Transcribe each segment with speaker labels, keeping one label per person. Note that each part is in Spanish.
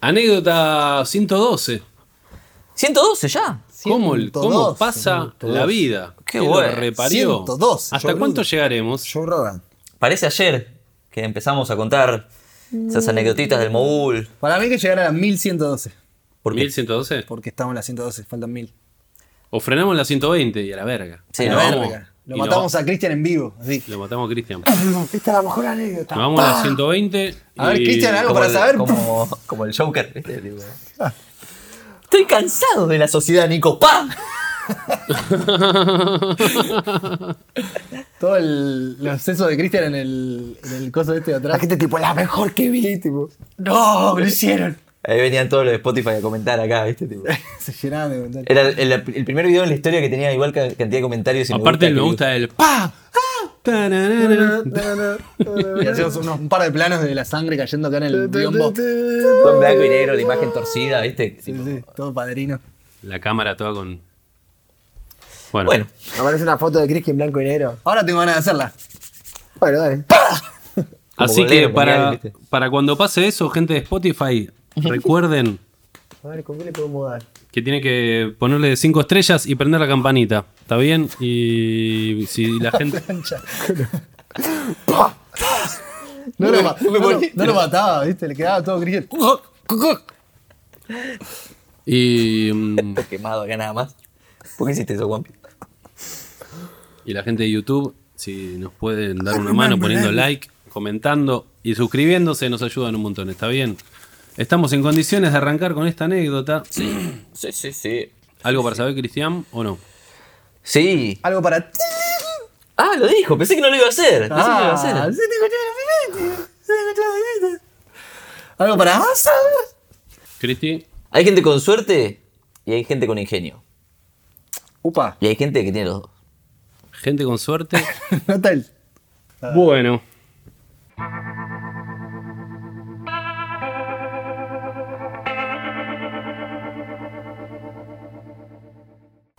Speaker 1: Anécdota 112.
Speaker 2: 112 ya.
Speaker 1: ¿Cómo, el- cómo
Speaker 3: 112,
Speaker 1: pasa
Speaker 3: 112.
Speaker 1: la vida? ¿Qué
Speaker 2: Qué
Speaker 1: lo
Speaker 2: bueno.
Speaker 1: reparió?
Speaker 3: 112,
Speaker 1: ¿Hasta
Speaker 3: yo
Speaker 1: cuánto
Speaker 3: creo.
Speaker 1: llegaremos?
Speaker 3: Joe Rogan.
Speaker 2: Parece ayer que empezamos a contar esas anecdotitas del mogul.
Speaker 3: Para mí hay que llegar a la 1112.
Speaker 2: Porque
Speaker 1: ¿1112?
Speaker 3: Porque estamos en la 112, faltan 1000.
Speaker 1: O frenamos la 120 y a la verga.
Speaker 2: Sí,
Speaker 1: Y
Speaker 2: a
Speaker 1: nos
Speaker 2: la
Speaker 1: vamos-
Speaker 3: Verga. Lo
Speaker 1: y nos
Speaker 3: matamos
Speaker 1: va-
Speaker 3: a Cristian en vivo. así.
Speaker 1: Lo matamos a Cristian.
Speaker 3: Esta es la mejor anécdota.
Speaker 1: Nos vamos a la 120.
Speaker 3: A ver,
Speaker 1: y-
Speaker 3: Cristian, algo para
Speaker 2: el,
Speaker 3: saber.
Speaker 2: Como, como el Joker. ¿viste? Tipo, Estoy cansado de la sociedad, Nico. ¡Pam!
Speaker 3: Todo el, el obseso de Cristian en el, en el coso este de atrás.
Speaker 4: gente tipo, la mejor que vi, tipo.
Speaker 3: ¡No! ¡Lo hicieron!
Speaker 2: Ahí venían todos los de Spotify a comentar acá, ¿viste? Tipo,
Speaker 3: Se llenaban de comentarios.
Speaker 2: Era el, el primer video en la historia que tenía igual ca- cantidad de comentarios. y
Speaker 1: Aparte me
Speaker 2: que-
Speaker 1: gusta el pa. ah, tararara.
Speaker 3: Ah. Y hacíamos unos, un par de planos de la sangre cayendo acá en el biombo.
Speaker 2: Todo en blanco y negro, la imagen torcida, ¿viste?
Speaker 3: Sí,
Speaker 2: Tipo,
Speaker 3: sí, todo padrino.
Speaker 1: La cámara toda con. Bueno,
Speaker 2: Bueno,
Speaker 4: Aparece una foto de Chris en blanco y negro.
Speaker 3: Ahora tengo ganas de hacerla.
Speaker 4: Bueno, dale.
Speaker 1: así
Speaker 2: como
Speaker 1: que
Speaker 2: Leo,
Speaker 1: para,
Speaker 2: genial, ¿viste?
Speaker 1: para cuando pase eso, gente de Spotify, recuerden
Speaker 4: A ver, ¿con qué le podemos dar?
Speaker 1: que tiene que ponerle cinco estrellas y prender la campanita. ¿Está bien? Y si la gente.
Speaker 3: No, lo, ma-
Speaker 2: me
Speaker 3: no lo-
Speaker 2: morí.
Speaker 3: no lo mataba, ¿viste? Le quedaba todo Cristian.
Speaker 1: Y, mm,
Speaker 2: quemado acá nada más. ¿Por qué hiciste eso, Juanpi?
Speaker 1: y la gente de YouTube, si nos pueden dar una mano poniendo like, comentando y suscribiéndose, nos ayudan un montón. ¿Está bien? Estamos en condiciones de arrancar con esta anécdota.
Speaker 2: Sí, sí, sí.
Speaker 1: ¿Algo para saber, Cristian, o no?
Speaker 2: Sí.
Speaker 3: Algo para ti.
Speaker 2: Ah, lo dijo. Pensé que no lo iba a hacer. Pensé que lo iba a
Speaker 3: Ah,
Speaker 2: hacer.
Speaker 3: sí, te escuché la primera. Sí, te escuché la primera. Algo para saber.
Speaker 1: Cristi,
Speaker 2: Hay gente con suerte y hay gente con ingenio.
Speaker 3: Upa,
Speaker 2: Y hay gente que tiene los dos.
Speaker 1: gente con suerte.
Speaker 3: nota el.
Speaker 1: bueno.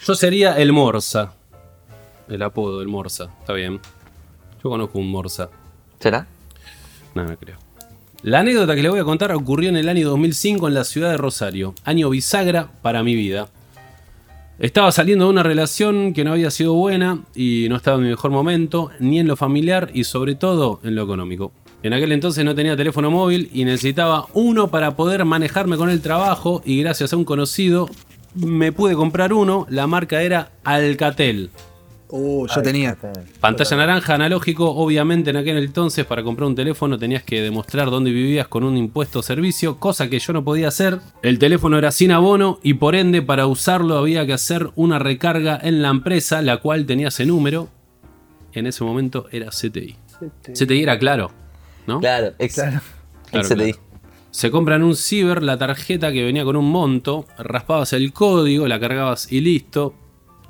Speaker 1: Yo sería el Morsa. El apodo, el Morsa. Está bien. Yo conozco un Morsa.
Speaker 2: ¿Será?
Speaker 1: No, no creo. La anécdota que le voy a contar ocurrió en el año 2005 en la ciudad de Rosario, año bisagra para mi vida. Estaba saliendo de una relación que no había sido buena y no estaba en mi mejor momento, ni en lo familiar y sobre todo en lo económico. En aquel entonces no tenía teléfono móvil y necesitaba uno para poder manejarme con el trabajo y gracias a un conocido me pude comprar uno, la marca era Alcatel.
Speaker 3: Uh, yo tenía.
Speaker 1: Pantalla naranja, analógico, obviamente en aquel entonces para comprar un teléfono tenías que demostrar dónde vivías con un impuesto o servicio, cosa que yo no podía hacer. El teléfono era sin abono y por ende para usarlo había que hacer una recarga en la empresa, la cual tenía ese número. En ese momento era CTI. CTI era claro, ¿no?
Speaker 2: Claro, ex.
Speaker 1: Claro,
Speaker 2: ex CTI.
Speaker 1: claro. Se compra en un ciber la tarjeta que venía con un monto, raspabas el código, la cargabas y listo.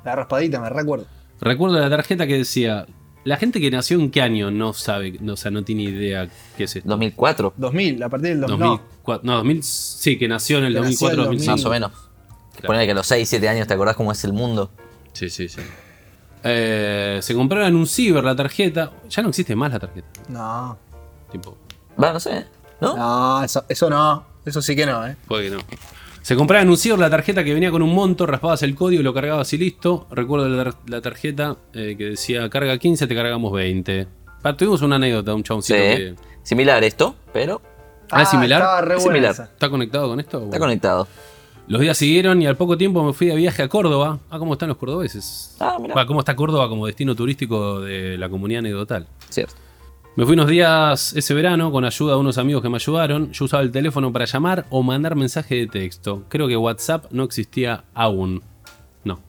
Speaker 3: La raspadita, me recuerdo.
Speaker 1: Recuerdo la tarjeta que decía. La gente que nació en qué año no sabe, no, o sea, no tiene idea qué es esto.
Speaker 2: 2004, 2000,
Speaker 3: 2000, a partir del 2000.
Speaker 1: 2004, no, 2000, sí, que nació en el
Speaker 3: Que nació en
Speaker 1: 2004,
Speaker 3: 2000.
Speaker 1: 2005.
Speaker 2: más o menos. Ponele que a los 6, 7 años te acordás cómo es el mundo.
Speaker 1: Sí, sí, sí. Eh, se compraba en un ciber la tarjeta. Ya no existe más la tarjeta.
Speaker 3: No.
Speaker 1: Tipo,
Speaker 2: Va, no sé. ¿No?
Speaker 5: Ah,
Speaker 3: No, eso, eso no. Eso sí que no, eh.
Speaker 1: puede que no. Se compraba en un ciber la tarjeta que venía con un monto, raspabas el código, lo cargabas y listo. Recuerdo la, tar- la tarjeta eh, que decía carga 15, te cargamos 20. Pa, tuvimos una anécdota, un
Speaker 2: sí.
Speaker 1: chaboncito que.
Speaker 2: Similar esto, pero
Speaker 1: Ah, ¿es similar?
Speaker 3: Estaba re
Speaker 2: Es
Speaker 3: buena
Speaker 2: similar.
Speaker 3: esa.
Speaker 1: ¿Está conectado con esto?
Speaker 2: está
Speaker 1: Bueno.
Speaker 2: conectado.
Speaker 1: Los días siguieron y al poco tiempo me fui de viaje a Córdoba. Ah, ¿cómo están los cordobeses?
Speaker 2: Ah, mirá.
Speaker 1: Va, ¿Cómo está Córdoba como destino turístico de la comunidad anecdotal?
Speaker 2: Cierto.
Speaker 1: Me fui unos días ese verano con ayuda de unos amigos que me ayudaron. Yo usaba el teléfono para llamar o mandar mensaje de texto. Creo que WhatsApp no existía aún. No.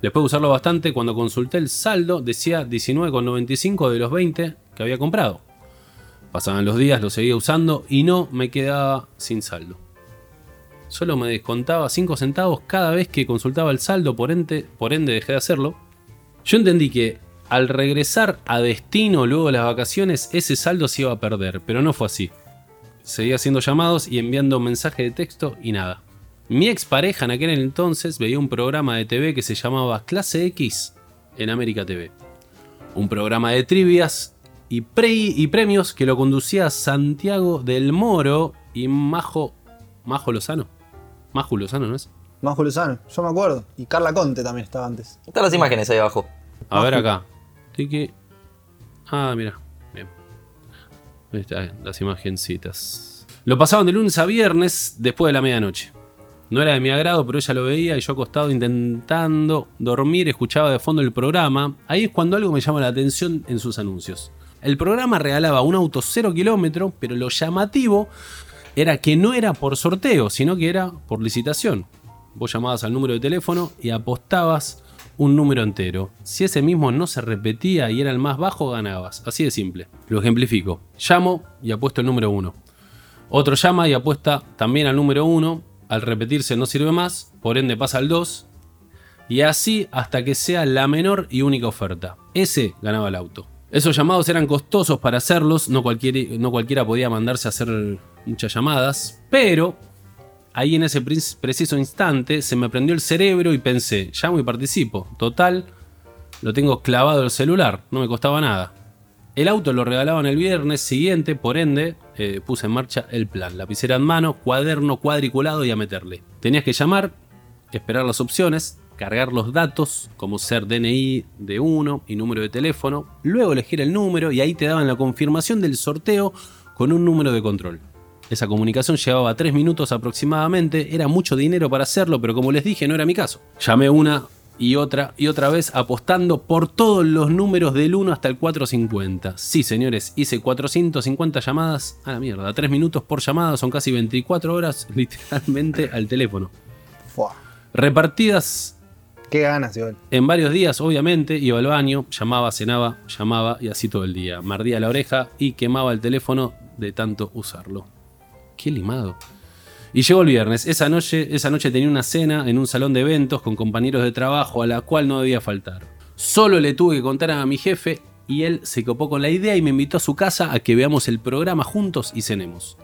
Speaker 1: Después de usarlo bastante, cuando consulté el saldo, decía 19,95 de los 20 que había comprado. Pasaban los días, lo seguía usando y no me quedaba sin saldo. Solo me descontaba 5 centavos cada vez que consultaba el saldo, por ende, por ende dejé de hacerlo. Yo entendí que al regresar a destino luego de las vacaciones, ese saldo se iba a perder, pero no fue así. Seguía haciendo llamados y enviando mensajes de texto y nada. Mi expareja en aquel entonces veía un programa de TV que se llamaba Clase X en América TV. Un programa de trivias y, pre- y premios que lo conducía Santiago del Moro y Majo, Majo Lozano. Majo Lozano, ¿no es?
Speaker 5: Majo Luzano, yo me acuerdo. Y Carla Conte también estaba antes.
Speaker 2: Están las imágenes ahí abajo.
Speaker 1: A ver acá. Tiki. Ah, mira. Bien. Ahí está, las imagencitas. Lo pasaban de lunes a viernes después de la medianoche. No era de mi agrado, pero ella lo veía y yo acostado intentando dormir, escuchaba de fondo el programa. Ahí es cuando algo me llama la atención en sus anuncios. El programa regalaba un auto 0 kilómetro, pero lo llamativo era que no era por sorteo, sino que era por licitación. Vos llamabas al número de teléfono y apostabas un número entero. Si ese mismo no se repetía y era el más bajo, ganabas. Así de simple. Lo ejemplifico. Llamo y apuesto el número 1. Otro llama y apuesta también al número 1. Al repetirse no sirve más, por ende pasa al 2. Y así hasta que sea la menor y única oferta. Ese ganaba el auto. Esos llamados eran costosos para hacerlos, no, cualquier- no cualquiera podía mandarse a hacer muchas llamadas, pero Ahí en ese prin- preciso instante se me prendió el cerebro y pensé, llamo y participo. Total, lo tengo clavado el celular, no me costaba nada. El auto lo regalaban el viernes siguiente, por ende, eh, puse en marcha el plan. Lapicera en mano, cuaderno cuadriculado y a meterle. Tenías que llamar, esperar las opciones, cargar los datos, como ser DNI de uno y número de teléfono, luego elegir el número y ahí te daban la confirmación del sorteo con un número de control. Esa comunicación llevaba tres minutos aproximadamente, era mucho dinero para hacerlo, pero como les dije, no era mi caso. Llamé una y otra y otra vez apostando por todos los números del 1 hasta el 450. Sí, señores, hice 450 llamadas a la mierda. Tres minutos por llamada son casi 24 horas literalmente al teléfono.
Speaker 5: Fua.
Speaker 1: Repartidas
Speaker 5: Qué ganas, igual.
Speaker 1: en varios días, obviamente, iba al baño, llamaba, cenaba, llamaba y así todo el día. Me ardía la oreja y quemaba el teléfono de tanto usarlo. Qué limado. Y llegó el viernes. Esa noche, esa noche tenía una cena en un salón de eventos con compañeros de trabajo a la cual no debía faltar. Solo le tuve que contar a mi jefe y él se copó con la idea y me invitó a su casa a que veamos el programa juntos y cenemos.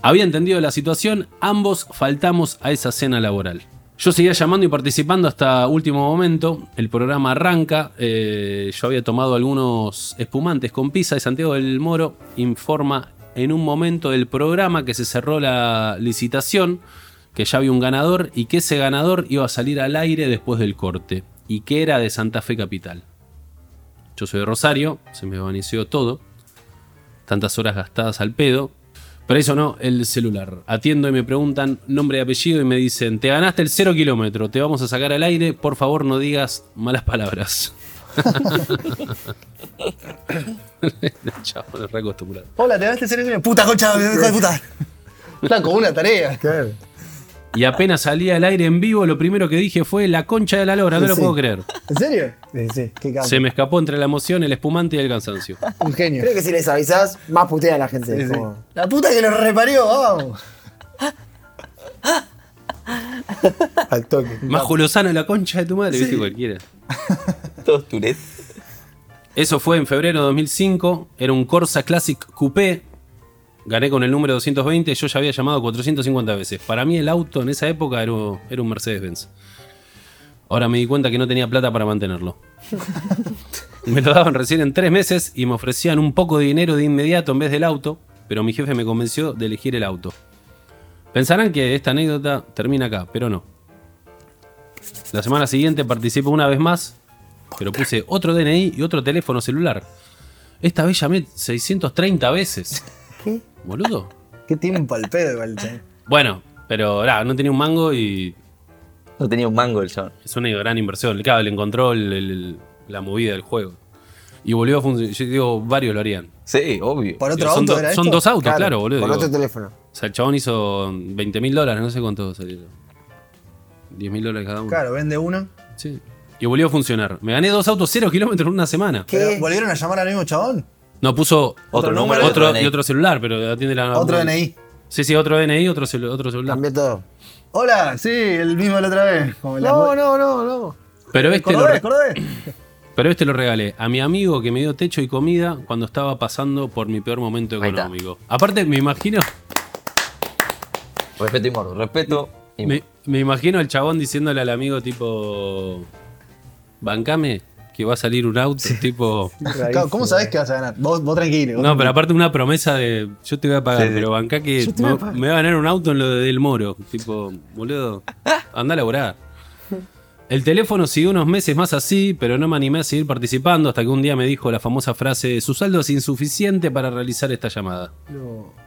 Speaker 1: Había entendido la situación, ambos faltamos a esa cena laboral. Yo seguía llamando y participando hasta último momento. El programa arranca. eh, yo había tomado algunos espumantes con pizza y Santiago del Moro informa en un momento del programa que se cerró la licitación, que ya había un ganador y que ese ganador iba a salir al aire después del corte y que era de Santa Fe Capital. Yo soy de Rosario, se me vaneció todo. Tantas horas gastadas al pedo. Pero eso no, el celular. Atiendo y me preguntan nombre y apellido y me dicen, te ganaste el cero kilómetro, te vamos a sacar al aire, por favor no digas malas palabras. Chavo, reacostumbrado.
Speaker 5: Hola,
Speaker 3: este
Speaker 5: te ganaste el cerebro. Puta concha, hijo de puta. Blanco, una tarea.
Speaker 4: Claro.
Speaker 1: Y apenas salí al aire en vivo, lo primero que dije fue la concha de la lora, no lo
Speaker 5: Sí.
Speaker 1: puedo creer.
Speaker 5: ¿En serio? Sí, sí, qué capo.
Speaker 1: Se me escapó entre la emoción, el espumante y el cansancio.
Speaker 5: Un genio.
Speaker 4: Creo que si les avisás, más putea a la gente.
Speaker 5: Sí, sí.
Speaker 4: como-
Speaker 5: La puta que los reparió, vamos. Al toque.
Speaker 1: Más julosano la concha de tu madre, viste cualquiera.
Speaker 2: Todos turet.
Speaker 1: Eso fue en febrero de 2005. Era un Corsa Classic Coupé. Gané con el número 220. Yo ya había llamado 450 veces. Para mí, el auto en esa época era, era un Mercedes-Benz. Ahora me di cuenta que no tenía plata para mantenerlo. me lo daban recién en tres meses y me ofrecían un poco de dinero de inmediato en vez del auto. Pero mi jefe me convenció de elegir el auto. Pensarán que esta anécdota termina acá, pero no. La semana siguiente participo una vez más, pero puse otro DNI y otro teléfono celular. Esta vez llamé 630 veces.
Speaker 5: ¿Qué?
Speaker 1: ¿Boludo?
Speaker 5: Qué tiempo al pedo, igual. che.
Speaker 1: Bueno, pero nada, no tenía un mango y
Speaker 2: No tenía un mango el chabón.
Speaker 1: es una gran inversión. El cable encontró el- el- la movida del juego. Y volvió a funcionar. Yo digo, varios lo harían.
Speaker 2: Sí, obvio.
Speaker 5: ¿Por otro
Speaker 1: son
Speaker 5: auto
Speaker 1: do-
Speaker 5: era
Speaker 1: son
Speaker 5: esto?
Speaker 1: dos autos, claro, boludo.
Speaker 4: Con
Speaker 1: digo.
Speaker 4: otro teléfono.
Speaker 1: O sea, el chabón hizo 20 mil dólares, no sé cuánto salió. 10 mil dólares cada uno.
Speaker 5: Claro, vende uno.
Speaker 1: Sí. Y volvió a funcionar. Me gané dos autos cero kilómetros en una semana.
Speaker 5: Pero, ¿Volvieron a llamar al mismo chabón?
Speaker 1: No, puso
Speaker 2: Otro número y
Speaker 1: otro,
Speaker 2: otro DNI.
Speaker 1: y otro celular, pero atiende la.
Speaker 5: Otro DNI.
Speaker 1: Sí, sí, otro DNI, otro, celu- otro celular.
Speaker 4: Cambié todo.
Speaker 5: Hola, sí, el mismo de la otra vez. Como la-
Speaker 4: No, no, no, no.
Speaker 1: Pero este, lo,
Speaker 5: ¿Cordobés,
Speaker 1: re-
Speaker 5: cordobés?
Speaker 1: pero este lo regalé a mi amigo que me dio techo y comida cuando estaba pasando por mi peor momento
Speaker 2: Ahí está.
Speaker 1: económico. Aparte, me imagino.
Speaker 2: Respeto y morbo. Respeto y
Speaker 1: Me, me imagino al chabón diciéndole al amigo tipo. Bancame, que va a salir un auto, tipo.
Speaker 5: Claro, ¿Cómo sabés que vas a ganar? Vos, vos tranquilo. vos
Speaker 1: No, pero aparte una promesa de yo te voy a pagar, pero bancá que me, me va a ganar un auto en lo de Del Moro. Tipo, boludo, anda a laburar. El teléfono siguió unos meses más así, pero no me animé a seguir participando hasta que un día me dijo la famosa frase, su saldo es insuficiente para realizar esta llamada.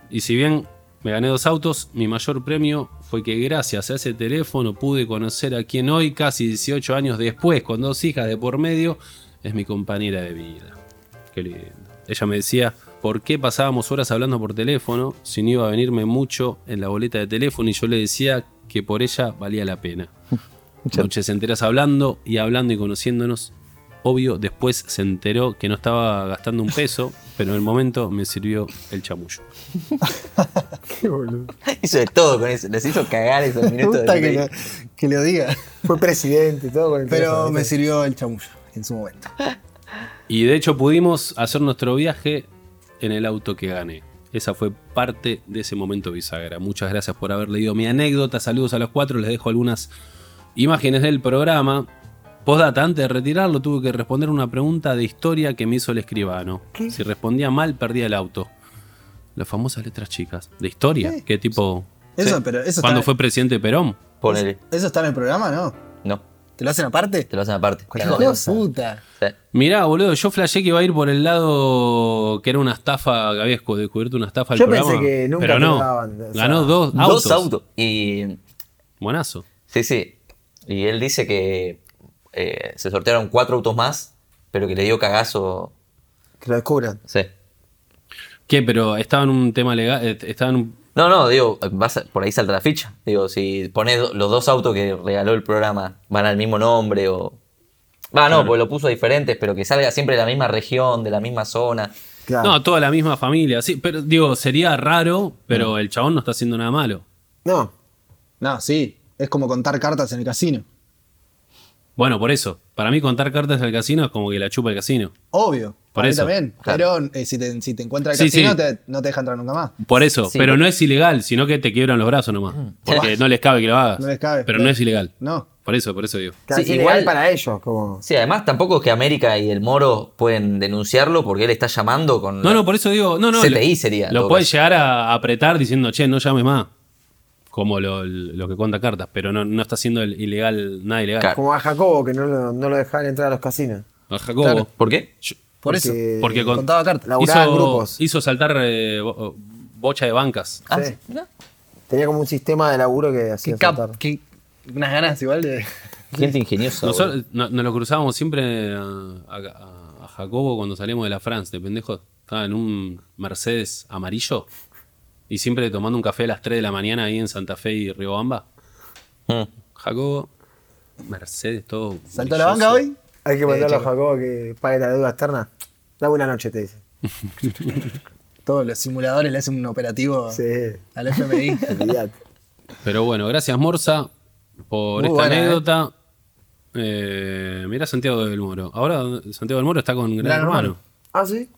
Speaker 1: Y si bien me gané dos autos, mi mayor premio fue que gracias a ese teléfono pude conocer a quien hoy, casi 18 años después, con dos hijas de por medio, es mi compañera de vida. Qué lindo. Ella me decía, ¿por qué pasábamos horas hablando por teléfono si no iba a venirme mucho en la boleta de teléfono? Y yo le decía que por ella valía la pena. Noches enteras hablando y hablando y conociéndonos. Obvio, después se enteró que no estaba gastando un peso, pero en el momento me sirvió el chamullo.
Speaker 2: morbo. Hizo de todo con eso. Les hizo cagar esos
Speaker 5: tranquilo. Me
Speaker 2: minutos
Speaker 5: gusta
Speaker 2: de
Speaker 5: que
Speaker 2: DNI.
Speaker 5: lo, que lo diga.
Speaker 4: Fue presidente y todo con el
Speaker 5: Pero
Speaker 4: teléfono,
Speaker 5: me
Speaker 4: ¿viste?
Speaker 5: sirvió el chamullo en su momento.
Speaker 1: Y de hecho pudimos hacer nuestro viaje en el auto que gané. Esa fue parte de ese momento bisagra. Muchas gracias por haber leído mi anécdota. Saludos a los cuatro. Les dejo algunas imágenes del programa. Postdata, antes de retirarlo, tuve que responder una pregunta de historia que me hizo el escribano. Si respondía mal, perdía el auto. Las famosas letras chicas. De historia. ¿Qué, tipo?
Speaker 5: Eso,
Speaker 1: Sí.
Speaker 5: pero eso
Speaker 1: ¿Cuándo
Speaker 5: está-
Speaker 1: fue presidente Perón?
Speaker 2: Ponele.
Speaker 5: ¿Eso está en el programa, no?
Speaker 2: No,
Speaker 5: ¿Te lo hacen aparte?
Speaker 2: te lo hacen aparte.
Speaker 5: Hijo de puta.
Speaker 2: Sí.
Speaker 1: Mirá, boludo, yo flashé que iba a ir por el lado que era una estafa, que había descubierto una estafa al
Speaker 4: Yo pensé
Speaker 1: programa.
Speaker 4: que nunca
Speaker 1: pero no.
Speaker 4: firmaban, o sea,
Speaker 1: Ganó dos autos.
Speaker 2: Dos autos. Y
Speaker 1: Buenazo.
Speaker 2: Sí, sí. Y él dice que eh, se sortearon cuatro autos más, pero que le dio cagazo.
Speaker 4: Que lo descubran.
Speaker 2: Sí.
Speaker 1: ¿Qué? Pero estaba en un tema legal. eh, Estaba en un-
Speaker 2: No, no, digo, vas a- por ahí salta la ficha. Digo, si pones do- los dos autos que regaló el programa, van al mismo nombre o. Va, no, pues lo puso diferentes, pero que salga siempre de la misma región, de la misma zona.
Speaker 4: Claro.
Speaker 1: No, toda la misma familia. Sí, pero digo, sería raro, pero
Speaker 4: Mm.
Speaker 1: el chabón no está haciendo nada malo.
Speaker 4: No.
Speaker 5: No, sí. Es como contar cartas en el casino.
Speaker 1: Bueno, por eso. Para mí, contar cartas al casino es como que la chupa el casino.
Speaker 5: Obvio.
Speaker 1: Por
Speaker 5: a mí
Speaker 1: eso.
Speaker 5: también.
Speaker 2: Claro.
Speaker 5: Pero eh, si, te, si te encuentra el
Speaker 1: Sí,
Speaker 5: casino,
Speaker 1: sí.
Speaker 5: te- no te deja entrar nunca más.
Speaker 1: Por eso.
Speaker 2: Sí.
Speaker 1: Pero no es ilegal, sino que te quiebran los brazos nomás.
Speaker 4: Mm.
Speaker 1: Porque no les cabe que lo hagas.
Speaker 5: No les cabe,
Speaker 1: Pero
Speaker 5: claro.
Speaker 1: no es ilegal.
Speaker 5: No.
Speaker 1: Por eso, por eso digo.
Speaker 4: Claro,
Speaker 2: Sí,
Speaker 4: es
Speaker 2: igual-
Speaker 4: igual para ellos, como.
Speaker 2: Sí, además tampoco es que América y el Moro pueden denunciarlo porque él está llamando con.
Speaker 1: No,
Speaker 2: la-
Speaker 1: no, por eso digo, no, no.
Speaker 2: CTI
Speaker 1: lo-
Speaker 2: sería, en
Speaker 1: Lo
Speaker 2: todo
Speaker 1: puedes
Speaker 2: caso.
Speaker 1: llegar a apretar diciendo, che, no llames más. Como lo, lo que cuenta cartas, pero no, no está haciendo el ilegal, nada ilegal.
Speaker 2: Claro.
Speaker 4: Como a Jacobo, que no lo, no lo dejaban entrar a los casinos.
Speaker 1: A Jacobo.
Speaker 5: Claro.
Speaker 2: ¿Por qué?
Speaker 1: yo-
Speaker 5: Por
Speaker 4: Porque-
Speaker 5: eso.
Speaker 1: porque con-
Speaker 5: Contaba cartas.
Speaker 4: Laburaba en
Speaker 1: hizo,
Speaker 4: grupos.
Speaker 1: hizo saltar eh, bo- oh, bocha de bancas.
Speaker 2: Ah,
Speaker 4: Sí.
Speaker 2: sí.
Speaker 4: Tenía como un sistema de laburo que hacía
Speaker 5: Qué cap-
Speaker 4: saltar.
Speaker 5: qué- unas ganas igual de.
Speaker 2: Gente ingeniosa. boludo.
Speaker 1: Nosotros no- nos lo cruzábamos siempre a, a- a Jacobo cuando salíamos de la France, de pendejo. Estaba en un Mercedes amarillo y siempre tomando un café a las 3 de la mañana ahí en Santa Fe y Riobamba.
Speaker 2: Mm.
Speaker 1: Jacobo, Mercedes, todo.
Speaker 5: ¿Saltó a la banca
Speaker 1: brilloso.
Speaker 5: hoy?
Speaker 4: Hay que mandarlo
Speaker 5: Eh,
Speaker 4: a Jacobo que pague la deuda externa. Da una noche, te dice.
Speaker 5: Todos los simuladores le hacen un operativo
Speaker 4: Sí.
Speaker 5: al FMI.
Speaker 4: Olvidate.
Speaker 1: Pero bueno, gracias Morsa por
Speaker 5: Muy
Speaker 1: esta
Speaker 5: buena,
Speaker 1: anécdota. Eh, mirá Santiago del Moro. Ahora Santiago del Moro está con Gran,
Speaker 5: Gran
Speaker 1: hermano.
Speaker 5: Hermano.
Speaker 4: Ah, sí.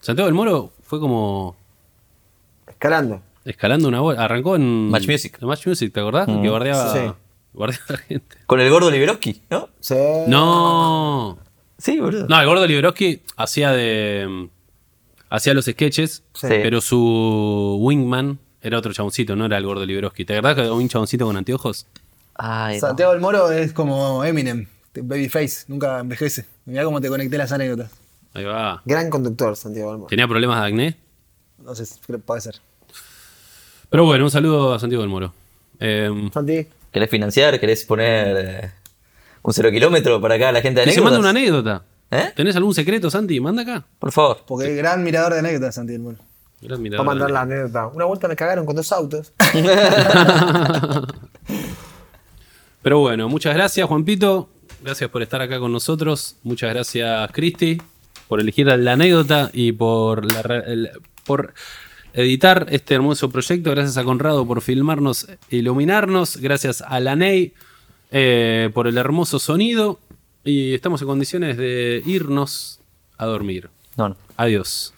Speaker 1: Santiago del Moro fue como
Speaker 4: Escalando.
Speaker 1: escalando una bola. Arrancó en
Speaker 2: Match Music.
Speaker 1: en Match Music, ¿te acordás? Que guardeaba,
Speaker 4: Sí.
Speaker 1: guardeaba a la gente.
Speaker 2: Con el gordo Liberoski, ¿no?
Speaker 4: Sí.
Speaker 1: No.
Speaker 2: Sí, boludo.
Speaker 1: No, el gordo Liberoski hacía de. Hacía los sketches,
Speaker 2: Sí.
Speaker 1: pero su wingman era otro chaboncito, no era el gordo Liberoski. ¿Te acordás que había un chaboncito con anteojos?
Speaker 2: Ay, no.
Speaker 5: Santiago del Moro es como Eminem, Babyface, nunca envejece. Mirá cómo te conecté las anécdotas.
Speaker 1: Ahí va.
Speaker 4: Gran conductor, Santiago Almor.
Speaker 1: ¿Tenía problemas de acné?
Speaker 5: Entonces, creo que puede ser.
Speaker 1: Pero bueno, un saludo a Santiago del Moro. Eh,
Speaker 4: Santi.
Speaker 2: ¿Querés financiar? ¿Querés poner eh, un cero kilómetro para acá a la gente de
Speaker 1: que se manda una
Speaker 2: anécdotas?
Speaker 1: anécdota.
Speaker 2: ¿Eh?
Speaker 1: ¿Tenés algún secreto, Santi? Manda acá.
Speaker 2: Por favor.
Speaker 5: Porque es gran mirador de anécdotas, Santiago del Moro.
Speaker 1: Gran
Speaker 4: Va a
Speaker 1: mirador,
Speaker 4: mandar
Speaker 1: dale.
Speaker 4: la anécdota. Una vuelta me cagaron con dos autos.
Speaker 1: Pero bueno, muchas gracias, Juanpito. Gracias por estar acá con nosotros. Muchas gracias, Cristi, por elegir la anécdota y por, la re- el- por editar este hermoso proyecto. Gracias a Conrado por filmarnos, iluminarnos. Gracias a Laney eh, por el hermoso sonido. Y estamos en condiciones de irnos a dormir.
Speaker 2: No, no.
Speaker 1: Adiós.